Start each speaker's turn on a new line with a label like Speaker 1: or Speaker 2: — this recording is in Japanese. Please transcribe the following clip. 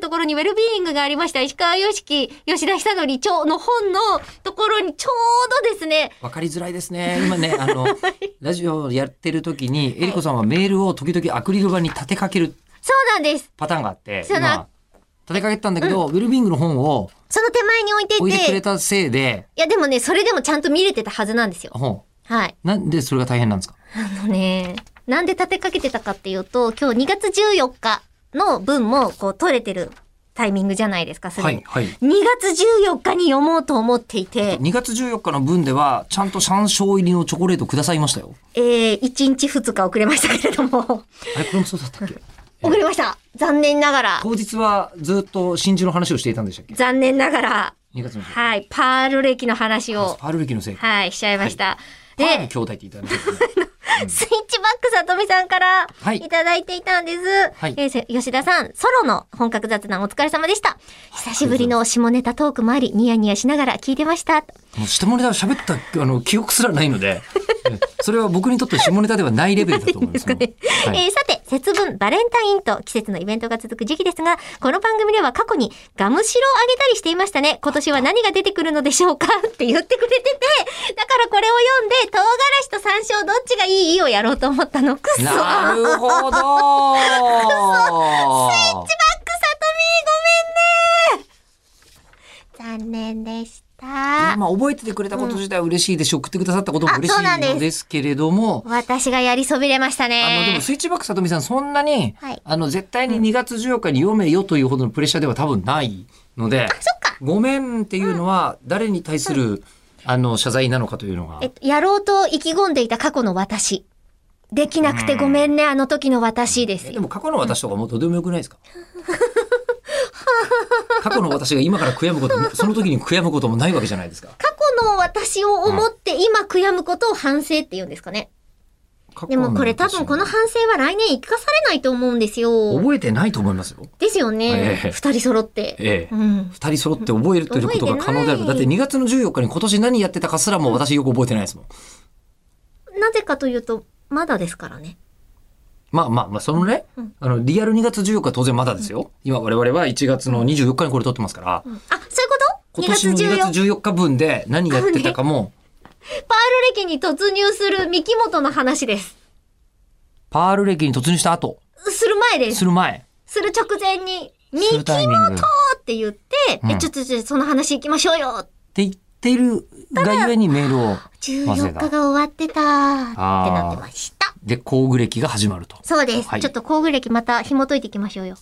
Speaker 1: ところにウェルビーイングがありました石川良樹吉田久典長の本のところにちょうどですね
Speaker 2: わかりづらいですね。今ね、あ の、ラジオやってる時に、えりこさんはメールを時々アクリル板に立てかける
Speaker 1: そうなんです
Speaker 2: パターンがあって、
Speaker 1: そうだ
Speaker 2: 今、立てかけてたんだけど、ウェルビーイングの本を
Speaker 1: その手前に置いてて
Speaker 2: 置いてくれたせいで、
Speaker 1: いやでもねそれでもちゃんと見れてたはずなんですよ
Speaker 2: 本、
Speaker 1: はい
Speaker 2: なんでそれが大変なんですか
Speaker 1: あのね、なんで立てかけてたかっていうと、今日2月14日の分もこう取れてるタイミングじゃないですか、す
Speaker 2: は
Speaker 1: で
Speaker 2: い、
Speaker 1: に。
Speaker 2: はい。
Speaker 1: 2月14日に読もうと思っていて、
Speaker 2: 2月14日の分では、ちゃんと山椒入りのチョコレートくださいましたよ。
Speaker 1: えー、1日2日遅れましたけれども、
Speaker 2: あれ、これもそうだったっけ
Speaker 1: 遅れました残念ながら、
Speaker 2: 当日はずっと真珠の話をしていたんでしたっけ
Speaker 1: 残念ながら、
Speaker 2: ?2 月の14日。
Speaker 1: はい、パール歴の話を、
Speaker 2: パール歴のせいか。
Speaker 1: はい、しちゃいました。
Speaker 2: パー
Speaker 1: で、
Speaker 2: ル兄弟って言ったんです
Speaker 1: スイッチバックさとみさんから
Speaker 2: はい
Speaker 1: いただいていたんです。
Speaker 2: はい
Speaker 1: えーせ吉田さん、ソロの本格雑談お疲れ様でした。久しぶりの下ネタトークもあり、ニヤニヤしながら聞いてました。
Speaker 2: もう下ネタを喋ったあの記憶すらない ので、えそれは僕にとって下ネタではないレベルだと思います。はい
Speaker 1: えーさて、節分、バレンタインと季節のイベントが続く時期ですが、この番組では過去にガムシロをあげたりしていましたね。今年は何が出てくるのでし ょうかって言ってくれてて、だからこれを読んで、唐辛子と山椒どっちがいいをやろうと思ったの。くっそ。
Speaker 2: なるほど
Speaker 1: バックさとみごめんね残念でした
Speaker 2: まあ覚えててくれたこと自体は嬉しいですし、送ってくださったことも嬉しい
Speaker 1: あそうなんです
Speaker 2: のですけれども、
Speaker 1: 私がやりそびれました
Speaker 2: あの、でも
Speaker 1: ね
Speaker 2: スイッチバックさとみさん、そんなに、
Speaker 1: はい
Speaker 2: あの、絶対に2月14日に読めよというほどのプレッシャーでは多分ないので、
Speaker 1: そっか
Speaker 2: ごめんっていうのは、誰に対する、あの、謝罪なのかというのが
Speaker 1: え、っと、やろうと意気込んでいた過去の私できなくてごめんねあの時の私です
Speaker 2: えで
Speaker 1: よ
Speaker 2: も過去の私とかもうどうでもよくないで すか過去の私が今から悔やむことも、その時に悔やむこともないわけじゃないですか。
Speaker 1: 過去の私を思って今悔やむことを反省って言うんですかね
Speaker 2: 過去
Speaker 1: で
Speaker 2: の私
Speaker 1: もこれ多分この反省は来年生かされないと思うんですよ
Speaker 2: 覚えてないと思いますよ。
Speaker 1: ですよね
Speaker 2: ええ
Speaker 1: 二人揃って
Speaker 2: ええ。
Speaker 1: うん
Speaker 2: 二人揃って覚えるということが可能である。だって2月の14日に今年何やってたかすらも私よく覚えてないですもん。
Speaker 1: なぜかというとまだですからね
Speaker 2: まあまあまあ、そのね、
Speaker 1: うん
Speaker 2: あの、リアル2月14日は当然まだですよ。今我々は1月の24日にこれ撮ってますから、
Speaker 1: あ、そういうこと
Speaker 2: 今年の
Speaker 1: ?2 月
Speaker 2: 2
Speaker 1: 14
Speaker 2: 月14日分で何やってたかも、
Speaker 1: パール歴に突入する三木本の話です。
Speaker 2: パール歴に突入した後、
Speaker 1: する前です
Speaker 2: す。る前、
Speaker 1: する直前に、三
Speaker 2: す
Speaker 1: 木
Speaker 2: る
Speaker 1: 本
Speaker 2: タイミング。
Speaker 1: って言って、
Speaker 2: うん
Speaker 1: え、ちょっとちょっとその話行きましょうよ。
Speaker 2: って言ってるがゆえにメールを。忘
Speaker 1: 14
Speaker 2: れた
Speaker 1: 日が終わってたーってなってました。
Speaker 2: で、工具歴が始まると。
Speaker 1: そうです。
Speaker 2: はい
Speaker 1: ちょっと工具歴また紐解いていきましょうよ。